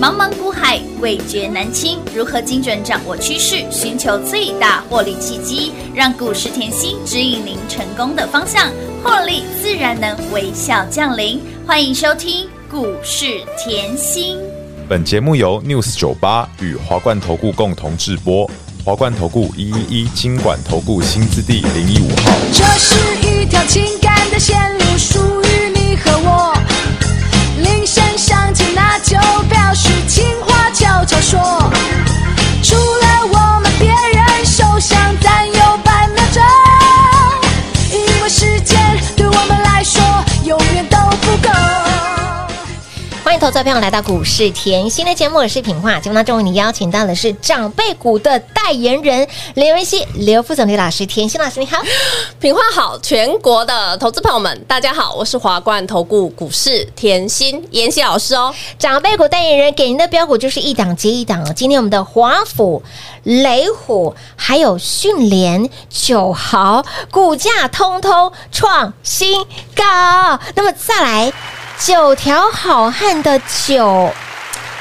茫茫股海，味觉难清。如何精准掌握趋势，寻求最大获利契机，让股市甜心指引您成功的方向，获利自然能微笑降临。欢迎收听股市甜心。本节目由 News 九八与华冠投顾共同制播，华冠投顾一一一金管投顾新字第零一五号。这是一条情感的线路，属于你和我。铃声响起，那就表示情话悄悄说。除了我们，别人受伤，但有半秒钟，因为时间对我们来说永远都不够。欢迎投资朋友来到股市甜心的节目，我是品化。节目当中为你邀请到的是长辈股的代言人刘文熙、刘副总、李老师、甜心老师，你好。品话好，全国的投资朋友们，大家好，我是华冠投顾股市甜心妍希老师哦。长辈股代言人给您的标股就是一档接一档哦。今天我们的华府、雷虎还有迅联、九豪股价通通创新高。那么再来九条好汉的九。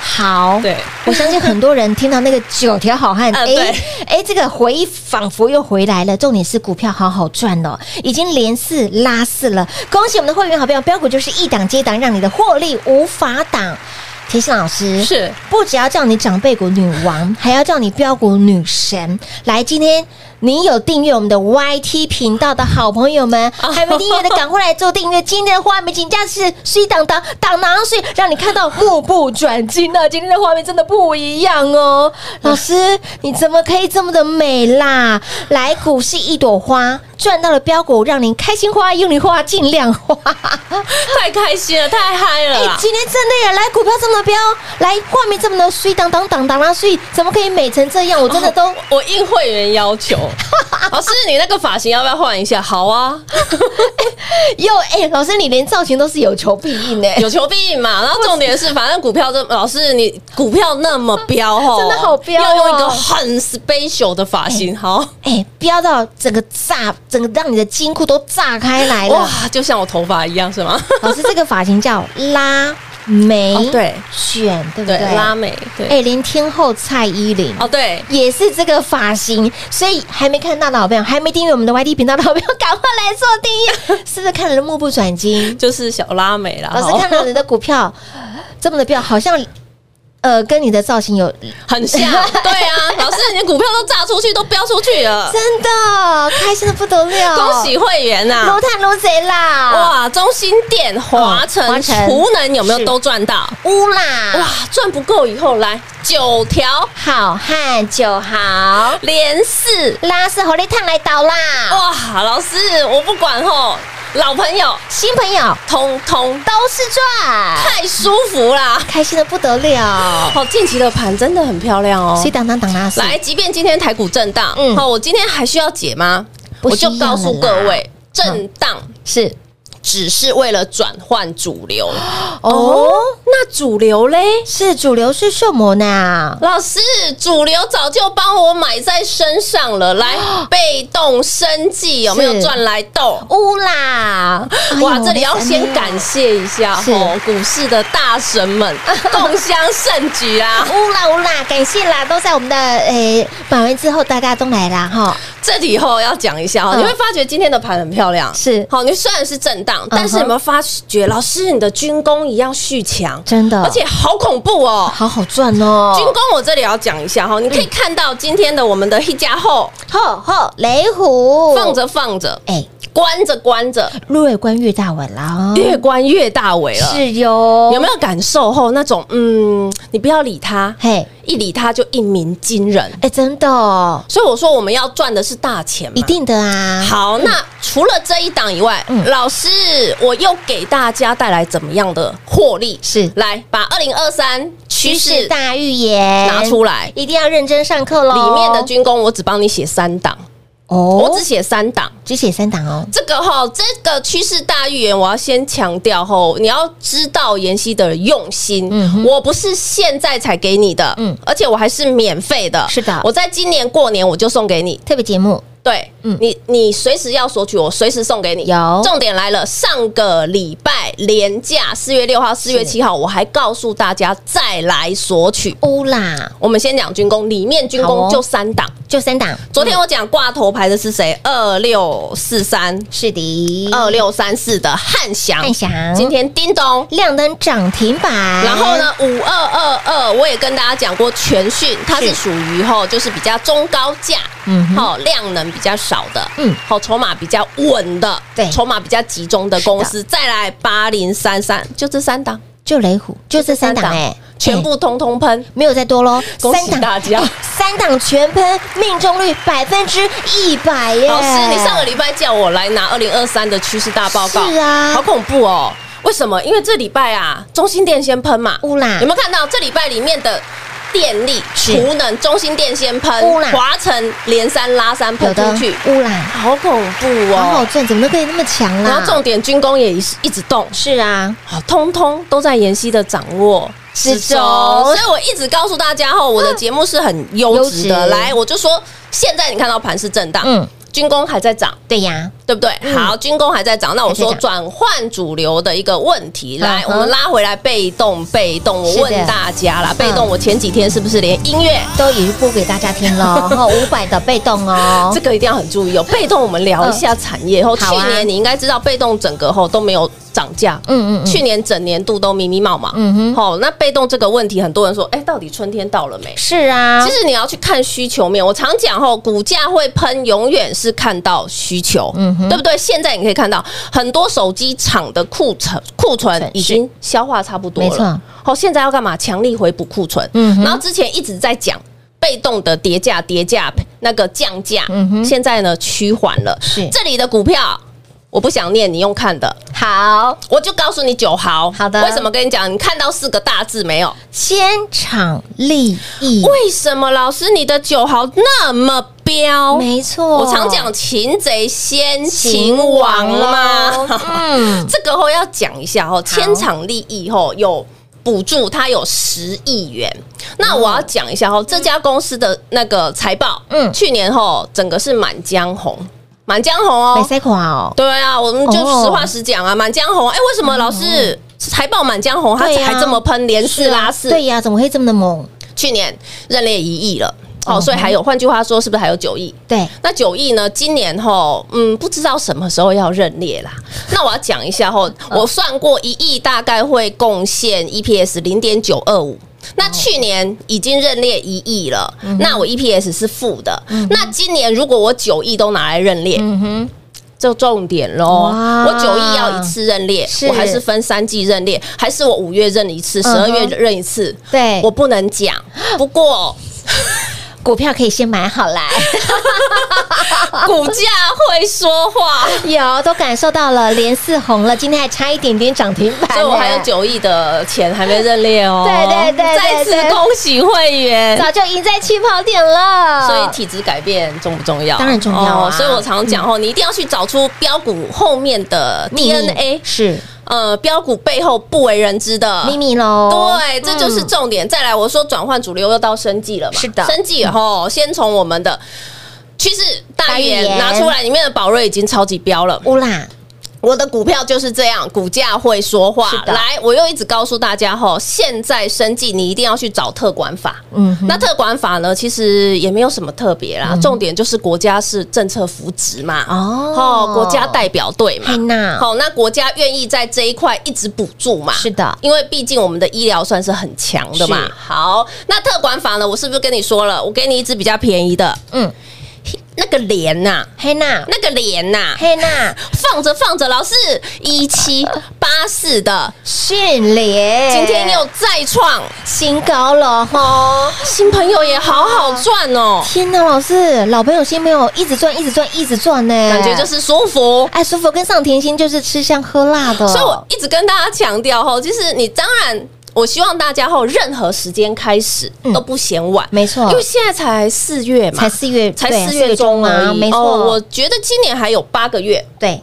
豪，对我相信很多人听到那个九条好汉，呃哎对 哎，这个回忆仿佛又回来了。重点是股票好好赚哦，已经连四拉四了。恭喜我们的会员好朋友，标股就是一档接一档，让你的获利无法挡。田心老师是不只要叫你长辈股女王，还要叫你标股女神。来，今天你有订阅我们的 YT 频道的好朋友们，还没订阅的赶快来做订阅。今天的画面请假是水当当当当水，让你看到目不转睛啊！今天的画面真的不一样哦。老师，你怎么可以这么的美啦？来，股市一朵花，赚到了标股，让您开心花，用力花，尽量花。太开心了，太嗨哎、了啦！今天真的耶！来股票这么飙，来画面这么的碎，当当当当啦碎，怎么可以美成这样？我真的都、哦我应会员要 求，老师你那个发型要不要换一下？好啊，哎哟哎、老师你连造型都是有求必应哎、有求必应嘛。然后重点是，反正股票这老师你股票那么飙吼，真的好飙哦要用一个很 special 的发型，好哎，飙、到整个炸，整个让你的金库都炸开哎来了哇。，就像我头发一样是吗？ 老师这个发型叫拉眉、哦对卷，对不对对？，拉美，对，哎、连天后蔡依林。哦对，也是这个发型，所以还没看到的好朋友，还没订阅我们的 YT 频道的好朋友，赶快来做订 阅，是不是看了目不转睛？就是小拉美啦。老师吼看到你的股票这么的飙，好像呃跟你的造型有 很像，对啊，老师，你的股票都炸出去，都飙出去了，真的开心的不得了，恭喜会员呐、撸碳撸贼啦，哇，中心店、华嗯华晨、晨储能有没有是都赚到？乌啦，哇，赚不够以后来九条好汉九豪，连四，拉丝火力烫来倒啦，哇，老师我不管吼，老朋友新朋友通通都是赚，太舒服啦！开心的不得了，好，近期的盘真的很漂亮哦所以。当当当拉丝，来，即便今天台股震荡，哦嗯好，我今天还需要解吗？不我就需要告诉了啦嗯各位，震荡是只是为了转换主流。哦，那主流嘞？是主流是什么呢？老师，主流早就帮我买在身上了，来被动生计有没有是赚来豆？乌啦，哎呦哇，这里要先感谢一下是吼股市的大神们，共襄盛 举啊！乌啦乌啦，感谢啦，都在我们的诶买完之后，大家都来啦哈。这里吼要讲一下哦，嗯你会发觉今天的盘很漂亮，是好，你虽然是震荡，但嗯是哼有没有发觉，老师你的军工一样续强，真的而且好恐怖哦，好好赚哦嗯军工我这里要讲一下哈，你可以看到今天的我们的一家后吼吼，雷虎放，着放着，哎，关着关着，瑞关越大稳啦，越关越大尾了。嗯是哦哟，有没有感受后那种嗯，你不要理他，嘿，一理他就一鸣惊人。哎，真的哦，所以我说我们要赚的是大钱嘛。一定的啊，好，那除了这一档以外，嗯老师我又给大家带来怎么样的获利？是来把二零二三趋趋势势大预言拿出来，一定要认真上课喽。里面的军工我只帮你写三档，哦我，只写三档。只写三档哦，这个哈、这个趋势大预言，我要先强调哈、你要知道妍希的用心。嗯哼我不是现在才给你的，嗯而且我还是免费的。是的我在今年过年我就送给你。特别节目对，嗯你你随时要索取，我随时送给你。有重点来了，上个礼拜连假四月六号、四月七号，我还告诉大家再来索取。乌啦，我们先讲军工，里面军好工哦就三档。就三档，昨天我讲挂头牌的是谁？二六四三、是的，二六三四的嗯汉翔。汉翔今天叮咚。亮灯涨停板，然然后呢，五二二二，我也跟大家讲过，全讯它是属于吼，就是比较中高价，嗯哼吼量能比较少的，嗯嗯，好筹码比较稳的，对筹码比较集中的公司。再来八零三三，就这三档，就雷虎，就这三档哎，全部通通喷，没有再多喽，恭喜三档大家！三档全喷，命中率百分之一百耶！老师，你上个礼拜叫我来拿二零二三的趋势大报告，是啊好恐怖哦！为什么？因为这礼拜啊，中心店先喷嘛，乌啦有没有看到这礼拜里面的电力、是储能、中心店先乌喷啦，华晨连三拉三有喷的出去，乌啦，好恐怖好好啊哦！赚，怎么都可以那么强啦？然后重点军工也一直一直动，是啊，好，通通都在妍希的掌握之中所以我一直告诉大家哈，我的节目是很优质优的。质来，我就说现在你看到盘是震荡，嗯嗯，军工还在涨。对呀，对不对？嗯好，军工还在涨，那我还说在转换主流的一个问题，嗯来，哼我们拉回来被动，被动，我是的问大家嗯啦，被动，我前几天是不是连音乐？都已经播给大家听 喽，然后五百的被动哦嗯这，个一定要很注意哦。被动，我们聊一下产业。哦后去好啊年你应该知道，被动整个后都没有涨价，嗯嗯嗯去年整年度都迷迷冒冒，嗯哼好，那被动这个问题，很多人说，哎，到底春天到了没？是啊其，实你要去看需求面，我常讲吼，股价会喷，永远是看到需求，嗯哼对不对？现在你可以看到很多手机厂的库存库存已经消化差不多了，没错。好，现在要干嘛？强力回补库存。嗯哼然后之前一直在讲。被动的叠价、叠价那个降价，嗯哼现在呢趋缓了。是这里的股票，我不想念，你用看的。好，我就告诉你九豪。好的为什么跟你讲？你看到四个大字没有？千场利益，为什么老师你的酒豪那么彪？没错，哦我常讲擒贼先擒秦王王嘛，嗯， 这个后要讲一下哦，千场利益后有。补助它有十亿元，那我要讲一下哦，这家公司的那个财报，嗯嗯，去年吼整个是满江红，满江红没哦，塞垮哦，对啊，我们就哦嗯实话实讲啊，满江红，哎，为什么老师财报满江红它对啊啊还这么喷，连四拉四？对呀，怎么会这么的猛？去年认列一亿了，嗯哦，所以还有，换句话说，是不是还有九亿？对，那九亿呢？今年吼，嗯，不知道什么时候要认列啦。那我要讲一下吼，嗯我算过一亿大概会贡献 EPS 零点九二五。哦那去年已经认列一亿了，嗯那我 EPS 是负的。那今年如果我九亿都拿来认列，嗯哼，就重点喽。哇我九亿要一次认列是，我还是分三季认列，还是我五月认一次，十二月嗯哼认一次？对我不能讲。不过股票可以先买 好来，股价会说话，有都感受到了，连四红了，今天还差一点点涨停板呢，所以我还有九亿的钱还没认列哦。对对对对再对次恭喜会员。早就赢在起跑点了，所以体质改变重不重要？当然重要啊所以我常讲哦，你一定要去找出标股后面的秘密 DNA，是呃，标股背后不为人知的秘密喽，啊对，这就是嗯重点。再来，我说转换主流又到生计了嘛？是的生计以后先从我们的趋势大预大预言言拿出来，里面的宝瑞已经超级标了。乌啦，我的股票就是这样，股价会说话是。的来，我又一直告诉大家吼，现在生计你一定要去找特管法。嗯哼，嗯那特管法呢，其实也没有什么特别啦，重点就是国家是政策扶植嘛，哦国家代表队嘛嘿，娜，好，那国家愿意在这一块一直补助嘛？是的因为毕竟我们的医疗算是很强的嘛是。好，那特管法呢？我是不是跟你说了？我给你一只比较便宜的，嗯，那个莲呐、嘿娜，那个莲呐、嘿娜，放着放着，老师一七八四的，训练，今天又再创新高了吼。新朋友也好好赚哦，天呐，老师，老朋友新朋友一直赚，一直赚，一直赚呢，感觉就是舒服。哎，舒服跟上甜心就是吃香喝辣的，所以我一直跟大家强调吼，就是你当然。我希望大家吼，任何时间开始嗯都不嫌晚，没错因为现在才四月嘛，才四月，才对四月中而已。没哦我错，觉得今年还有八个月，对，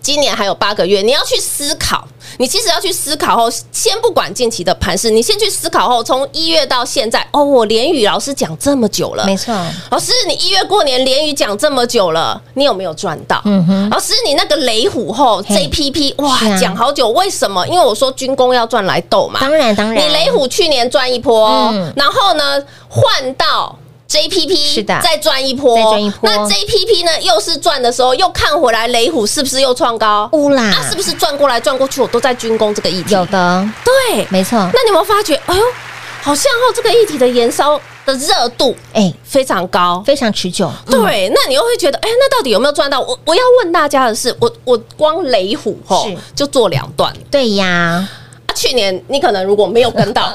今年还有八个月，你要去思考你其实要去思考后，先不管近期的盘势，你先去思考后，从一月到现在，哦，我连宇老师讲这么久了，没错，老师，你一月过年连雨讲这么久了，你有没有赚到？嗯哼，老师，你那个雷虎后嘿 JPP 哇是啊，讲、好久，为什么？因为我说军工要赚来斗嘛。当然当然，你雷虎去年赚一波，嗯然后呢换到 JPP 是的再赚一波，再赚一波那 JPP 呢又是赚的时候又看回来，雷虎是不是又创高？乌啦，啊，是不是转过来转过去，我都在军工这个议题。嗯有的，对，没错，那你有没有发觉？哎呦，好像哦，这个议题的延烧的热度哎，非常高。非常持久，嗯，对，那你又会觉得，哎、那到底有没有赚到？我我要问大家的是，我我光雷虎吼是就做两段对呀，啊。去年你可能如果没有 跟到，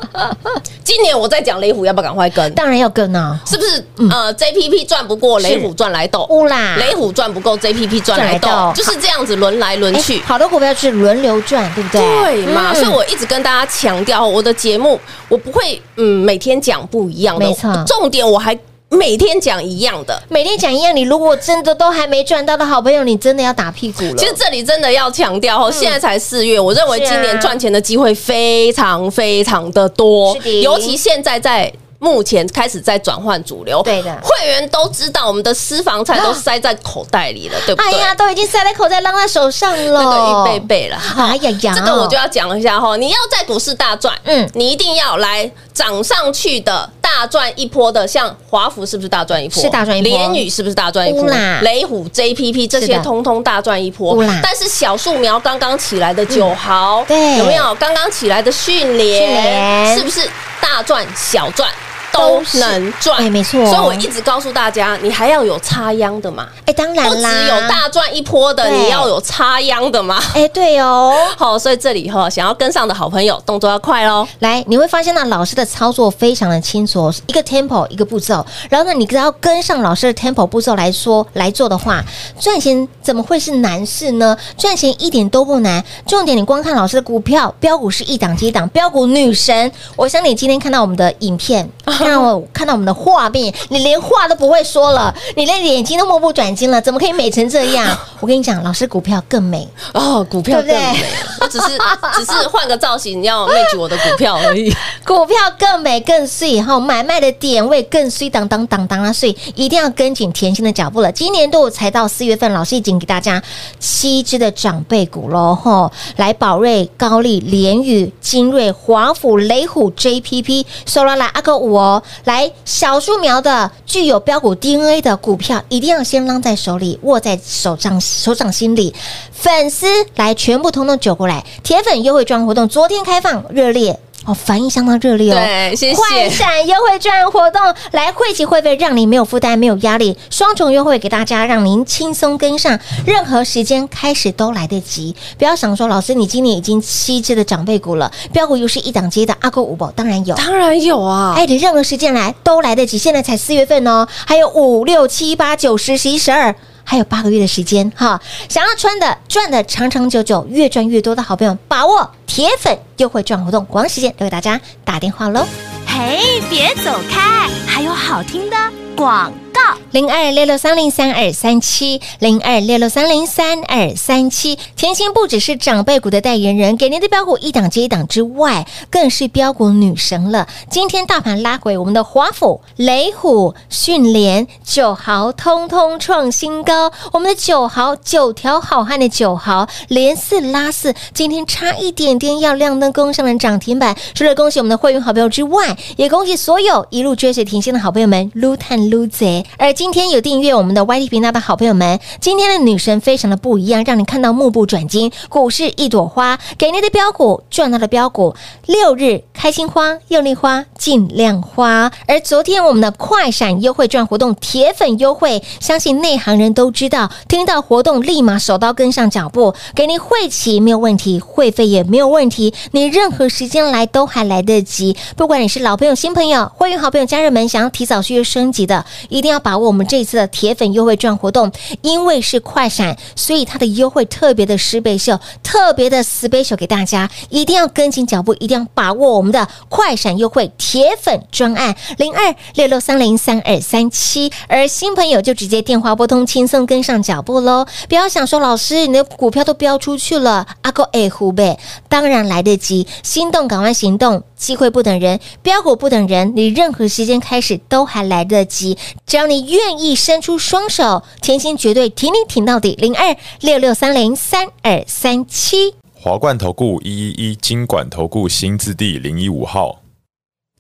今年我再讲雷虎，要不要赶快跟？当然要跟啊，是不是？呃，JPP 赚不过雷虎，赚来斗；乌啦，雷虎赚不够 JPP，赚来斗赚啊来斗，就是这样子轮来轮哎去。好的股票是轮流转，对不对？对嘛？嗯所以我一直跟大家强调，我的节目我不会嗯每天讲不一样的没错，重点我还每天讲一样的。每天讲一样，你如果真的都还没赚到的好朋友，你真的要打屁股了。其实这里真的要强调嗯哦，现在才四月，我认为今是啊年赚钱的机会非常非常的多是的，尤其现在在。目前开始在转换主流，对的会员都知道我们的私房菜都塞在口袋里了，对不哎对？呀，都已经塞在口袋，浪在手上了。那个预备备了，哎呀呀，这个我就要讲一下哈，你要在股市大赚，嗯嗯，你一定要来涨上去的大赚一波的，像华孚是不是大赚一波？是大赚一波联宇是不是大赚一波乌啦？雷虎、JPP 这是些的通通大赚一波乌啦。嗯但是小树苗刚刚起来的九豪，对有没有刚刚起来的迅迅联联？是不是大赚小赚？都都是能赚，哎没错所以我一直告诉大家，你还要有插秧的嘛，哎，当不然只啦，有大赚一波的，对你要有插秧的嘛。哎，对哦。 好，所以这里哈，想要跟上的好朋友，动作要快哦喽。来，你会发现呢，老师的操作非常的清楚，哦一个 tempo 一个步骤，然后呢，你只要跟上老师的 tempo 步骤来说来做的话，赚钱怎么会是难事呢？赚钱一点都不难，重点你光看老师的股票标股是一档接一档，标股女神，我想你今天看到我们的影片，看到我看到我们的画面，你连话都不会说了，你连眼睛都目不转睛了，怎么可以美成这样？我跟你讲，老师股票更美，哦，股对票不对更美我只是 只是换个造型，要 match 我的股票而 已。股票更美更碎哈，买卖的点位更碎，当当当当啊碎，一定要跟紧甜心的脚步了。今年度才到四月份，老师已经给大家七只的长辈股喽吼，来宝瑞、高丽、联宇、精锐、华府、雷虎、JPP、s o l a 来阿哥五哦，来小树苗的具有标股 DNA 的股票，一定要先浪在手里，握在手掌手掌心里。粉丝来全部通通揪过来，铁粉优惠券活动昨天开放，热烈。哦，反应相当热烈哦。对谢谢快闪优惠券活动来汇集会费，让你没有负担，没有压力，双重优惠给大家，让您轻松跟上，任何时间开始都来得及。不要想说，老师你今年已经七只的长辈股了，标股又是一档接一档，阿哥五宝当然有。当然有啊，哎，你任何时间来都来得及，现在才四月份哦，还有五六七八九十十一十二。还有八个月的时间哈，想要穿的赚的长长久久，越赚越多的好朋友，把握铁粉优惠券活动，广告时间留给大家打电话喽。嘿，别走开，还有好听的广告。零二六六三零三二三七，零二六六三零三二三七。甜心不只是长辈股的代言人，给您的标股一档接一档之外，更是标股女神了。今天大盘拉回，我们的华府、雷虎、迅联、九豪通通创新高。我们的九豪，九条好汉的九豪，连四拉四，今天差一点点要亮灯攻上了涨停板。除了恭喜我们的会员好朋友之外，也恭喜所有一路追随甜心的好朋友们，撸探撸贼。而今天有订阅我们的 YT 频道的好朋友们，今天的女神非常的不一样，让你看到目不转睛，股市一朵花，给您的标股赚到了标股，六日开心花、用力花、尽量花。而昨天我们的快闪优惠券活动，铁粉优惠，相信内行人都知道，听到活动立马手刀跟上脚步，给您汇齐没有问题，会费也没有问题，你任何时间来都还来得及。不管你是老朋友、新朋友、会员好朋友、家人们，想要提早续约升级的，一定要把握我们。们这一次的铁粉优惠券活动，因为是快闪，所以它的优惠特别的十倍秀，特别的十倍秀给大家，一定要跟紧脚步，一定要把握我们的快闪优惠铁粉专案零二六六三零三二三七。而新朋友就直接电话拨通，轻松跟上脚步喽！不要想说老师你的股票都飙出去了，阿哥哎虎呗，当然来得及，心动赶快行动，机会不等人，标股不等人，你任何时间开始都还来得及，只要你愿意伸出双手，甜心绝对挺你挺到底。零二六六三零三二三七，华冠投顾一一一金管投顾新字第零一五号，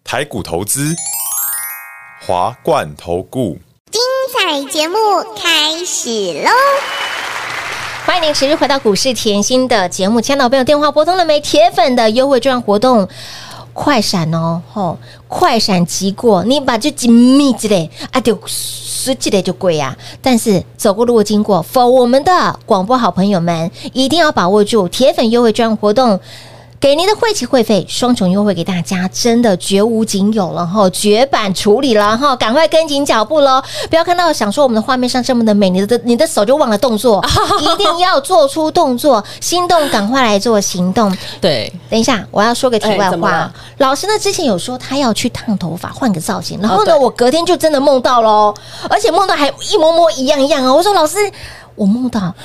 台股投资，华冠投顾。彩节目开始喽！欢迎您持续回到股市甜心的节目，亲爱的朋友，电话拨通了没？铁粉的优惠券活动。快闪哦，吼、快闪即过，你把这紧密之类啊，就十几类就贵啊。但是走过路过经过，for 我们的广播好朋友们，一定要把握住铁粉优惠券活动。给您的会期会费双重优惠给大家，真的绝无仅有了哈，绝版处理了哈，赶快跟紧脚步喽！不要看到想说我们的画面上这么的美，你的你的手就忘了动 作，一定要做出动作，心动赶快来做行动。对，等一下，我要说个题外哎怎么话。了老师呢之前有说他要去烫头发，换个造型，然后呢，哦对我隔天就真的梦到喽，而且梦到还一模模一样一样啊！我说老师，我梦到好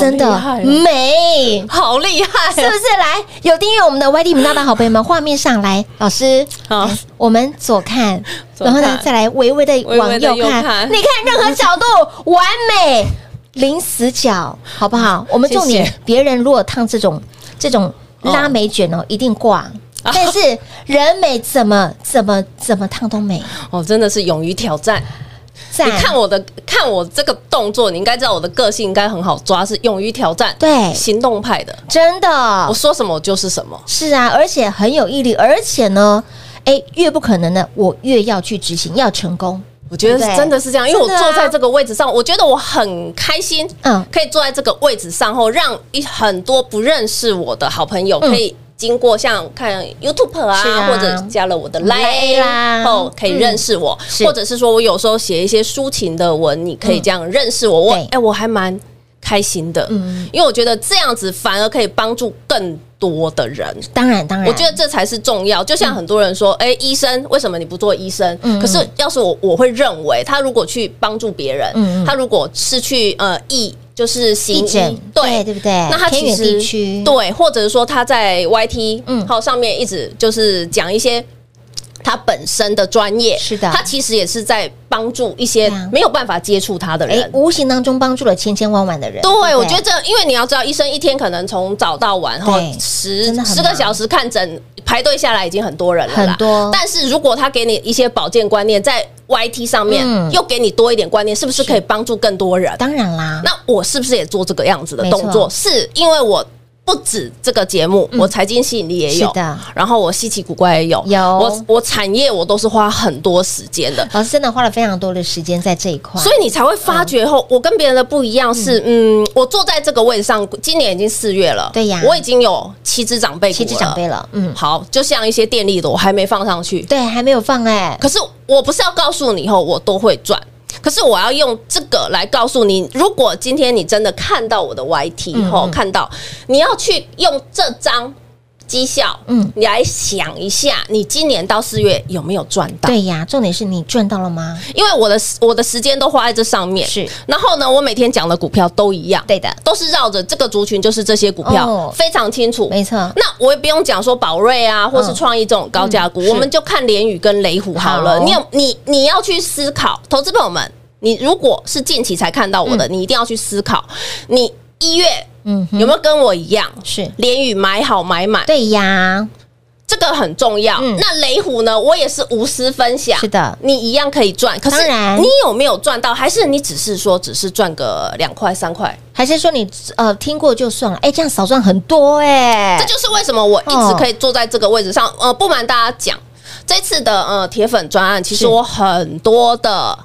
真的厉害哦美。好厉害哦是不是？来，有订阅我们的 YT 频道的好朋友们，画面上来，老师，好我们左看，左然看后呢，再来微微的微往微地右右看，看你看任何角度完美，零死角，好不好？我们重谢点谢，别人如果烫这种这种拉美卷哦，一定挂。啊但是人美怎么怎么怎么烫都美，哦，真的是勇于挑战。赞你看我的，看我这个动作，你应该知道我的个性应该很好抓，是勇于挑战，对行动派的。真的我说什么我就是什么，是啊，而且很有毅力，而且呢，哎，越不可能的，我越要去执行，要成功。我觉得对不对真的是这样，因为我真的啊坐在这个位置上，我觉得我很开心，嗯可以坐在这个位置上后，让一很多不认识我的好朋友嗯可以。经过像看 YouTube 啊，是啊或者加了我的 Line Line 啦嗯后可以认识我，是嗯或者是说我有时候写一些抒情的文，你可以这样认识我。我对哎、我还蛮开心的，嗯因为我觉得这样子反而可以帮助更多的人。当然，当然，我觉得这才是重要。就像很多人说，哎、医生为什么你不做医生？嗯可是要是我，我会认为他如果去帮助别人，嗯嗯他如果是去呃义，就是行义诊医，对对不对那他偏其远实地区对，或者是说他在 YT 嗯嗯，好上面一直就是讲一些。他本身的专业是的他其实也是在帮助一些对啊没有办法接触他的人哎，。无形当中帮助了千千万万的人。不对，我觉得这，因为你要知道，医生一天可能从早到晚，后对十真的很十个忙小时看诊，排队下来已经很多人了啦，很多但是如果他给你一些保健观念，在 YT 上面、嗯又给你多一点观念，是不是可以帮助更多人？当然啦，那我是不是也做这个样子的动没错嗯作？是因为我。不止这个节目，我财经吸引力也有是的，然后我稀奇古怪也有，有我我产业我都是花很多时间的，老师真的花了非常多的时间在这一块，所以你才会发觉后，嗯我跟别人的不一样是，嗯，我坐在这个位置上，今年已经四月了，对呀我已经有七只长辈，七只长辈。啊了，嗯，好，就像一些电力的，我还没放上去，对，还没有放哎，可是我不是要告诉你以后我都会赚，可是我要用这个来告诉你，如果今天你真的看到我的 YT 以嗯后，看到你要去用这张绩效，嗯嗯，你来想一下，你今年到四月有没有赚到？对呀，重点是你赚到了吗？因为我的时我的时间都花在这上面，是。然后呢，我每天讲的股票都一样，对的都是绕着这个族群，就是这些股票，哦非常清楚。没错嗯那我也不用讲说宝瑞啊，或是创意这种高价股，嗯是我们就看联宇跟雷虎好了。好你有你你要去思考，投资朋友们，你如果是近期才看到我的，你一定要去思考，你一月。嗯哼有没有跟我一样是联宇买好买满？对呀，这个很重要。嗯那雷虎呢？我也是无私分享，是的你一样可以赚。可是当然你有没有赚到？还是你只是说只是赚个两块三块？还是说你呃听过就算了？哎，这样少赚很多哎哦这，就是为什么我一直可以坐在这个位置上。呃，不瞒大家讲，这次的呃铁粉专案，其是实我很多的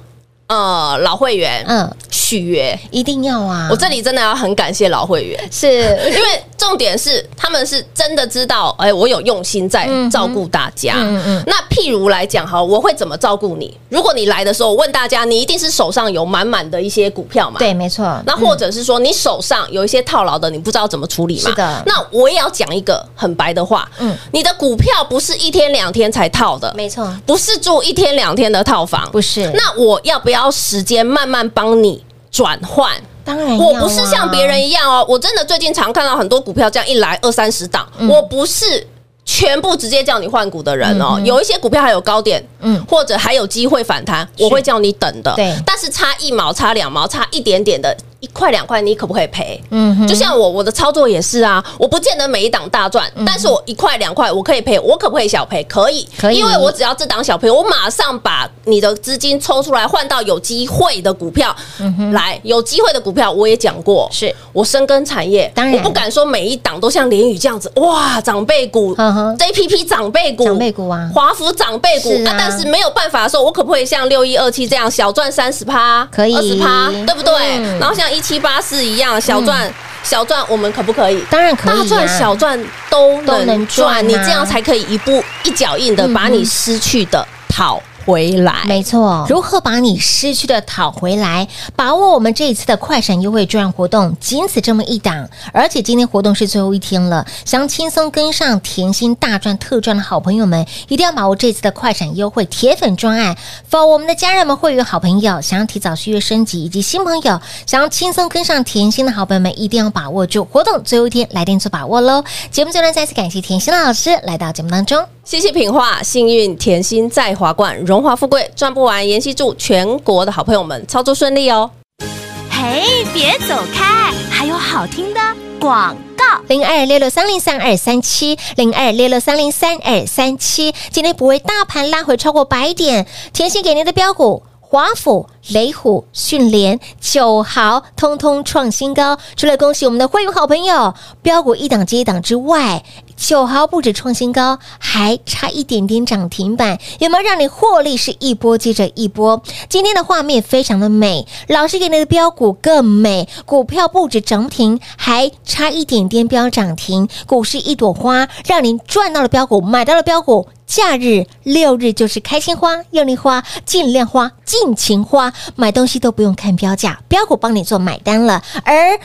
呃老会员嗯，续约，一定要啊，我这里真的要很感谢老会员。是因为重点是他们是真的知道，哎、我有用心在嗯哼照顾大家。嗯嗯那譬如来讲，好，我会怎么照顾你？如果你来的时候，我问大家，你一定是手上有满满的一些股票嘛？。对，没错。那或者是说，你手上有一些套牢的，你不知道怎么处理嘛？是的那我也要讲一个很白的话，嗯嗯，你的股票不是一天两天才套的，没错，不是住一天两天的套房，不是那我要不要时间慢慢帮你转换？当然我要不是啊像别人一样哦，我真的最近常看到很多股票这样一来二三十档，嗯我不是。全部直接叫你换股的人哦，有一些股票还有高点，嗯嗯，或者还有机会反弹，我会叫你等的。对但是差一毛、差两毛、差一点点的，一块两块，你可不可以赔？嗯哼就像我我的操作也是啊，我不见得每一档大赚，嗯但是我一块两块我可以赔，我可不可以小赔？可以，可以因为我只要这档小赔，我马上把你的资金抽出来换到有机会的股票、来，有机会的股票我也讲过，嗯是我深耕产业，当然我不敢说每一档都像联宇这样子，哇，长辈股嗯哼，JPP 长辈股，长辈股啊华孚长辈股是啊但是没有办法的时候，我可不可以像六一二七这样小赚三十趴，可以二十趴，对不对？嗯然后像一七八四一样小赚、小赚，我们可不可以？当然可以啊大赚小赚都都能能赚啊赚，你这样才可以一步一脚印的把你失去的讨回来。没错，如何把你失去的讨回来？把握我们这一次的快闪优惠券活动，仅此这么一档，而且今天活动是最后一天了，想轻松跟上甜心大赚特赚的好朋友们，一定要把握这次的快闪优惠铁粉专案，for 我们的家人们、会员好朋友，想要提早续约升级以及新朋友，想要轻松跟上甜心的好朋友们，一定要把握住活动最后一天，来电做把握喽！节目最后呢再次感谢甜心老师来到节目当中。谢谢品画，幸运甜心在华冠，荣华富贵赚不完。妍希祝全国的好朋友们操作顺利哦。嘿，别走开，还有好听的广告。零二六六三零三二三七，零二六六三零三二三七。今天不为大盘拉回超过百点，甜心给您的标股。华府、雷虎、迅联、九豪，通通创新高。除了恭喜我们的会员好朋友标股一档接一档之外，九豪不止创新高，还差一点点涨停板，有没有让你获利是一波接着一波？今天的画面非常的美，老师给你的标股更美，股票不止涨停，还差一点点标涨停，股市一朵花，让您赚到了标股，买到了标股。假日六日就是开心花、用力花、尽量花、尽情花，买东西都不用看标价，标股帮你做买单了。而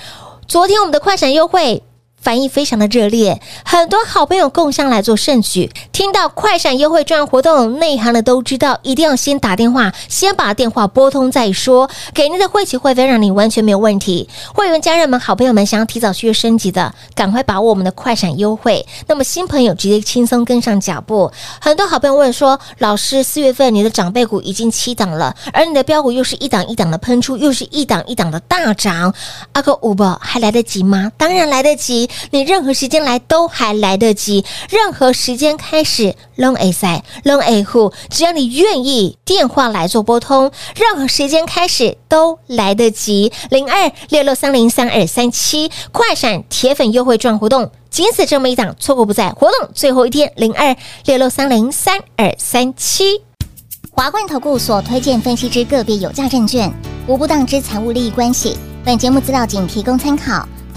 昨天我们的快闪优惠。反应非常的热烈，很多好朋友共襄来做盛举。听到快闪优惠券活动，内行的都知道，一定要先打电话，先把电话拨通再说。给您的会期会费让你完全没有问题。会员家人们、好朋友们，想要提早续约升级的，赶快把握我们的快闪优惠。那么新朋友直接轻松跟上脚步。很多好朋友问说，老师，四月份你的长辈股已经七档了，而你的标股又是一档一档的喷出，又是一档一档的大涨，阿哥五宝还来得及吗？当然来得及，你任何时间来都还来得及，任何时间开始 long a 赛 long a 户，只要你愿意，电话来做拨通，任何时间开始都来得及。零二六六三零三二三七快闪铁粉优惠券活动。仅此这么一档，错过不再。活动最后一天，零二六六三零三二三七。华冠投顾所推荐分析之个别有价证券，无不当之财务利益关系。本节目资料仅提供参考，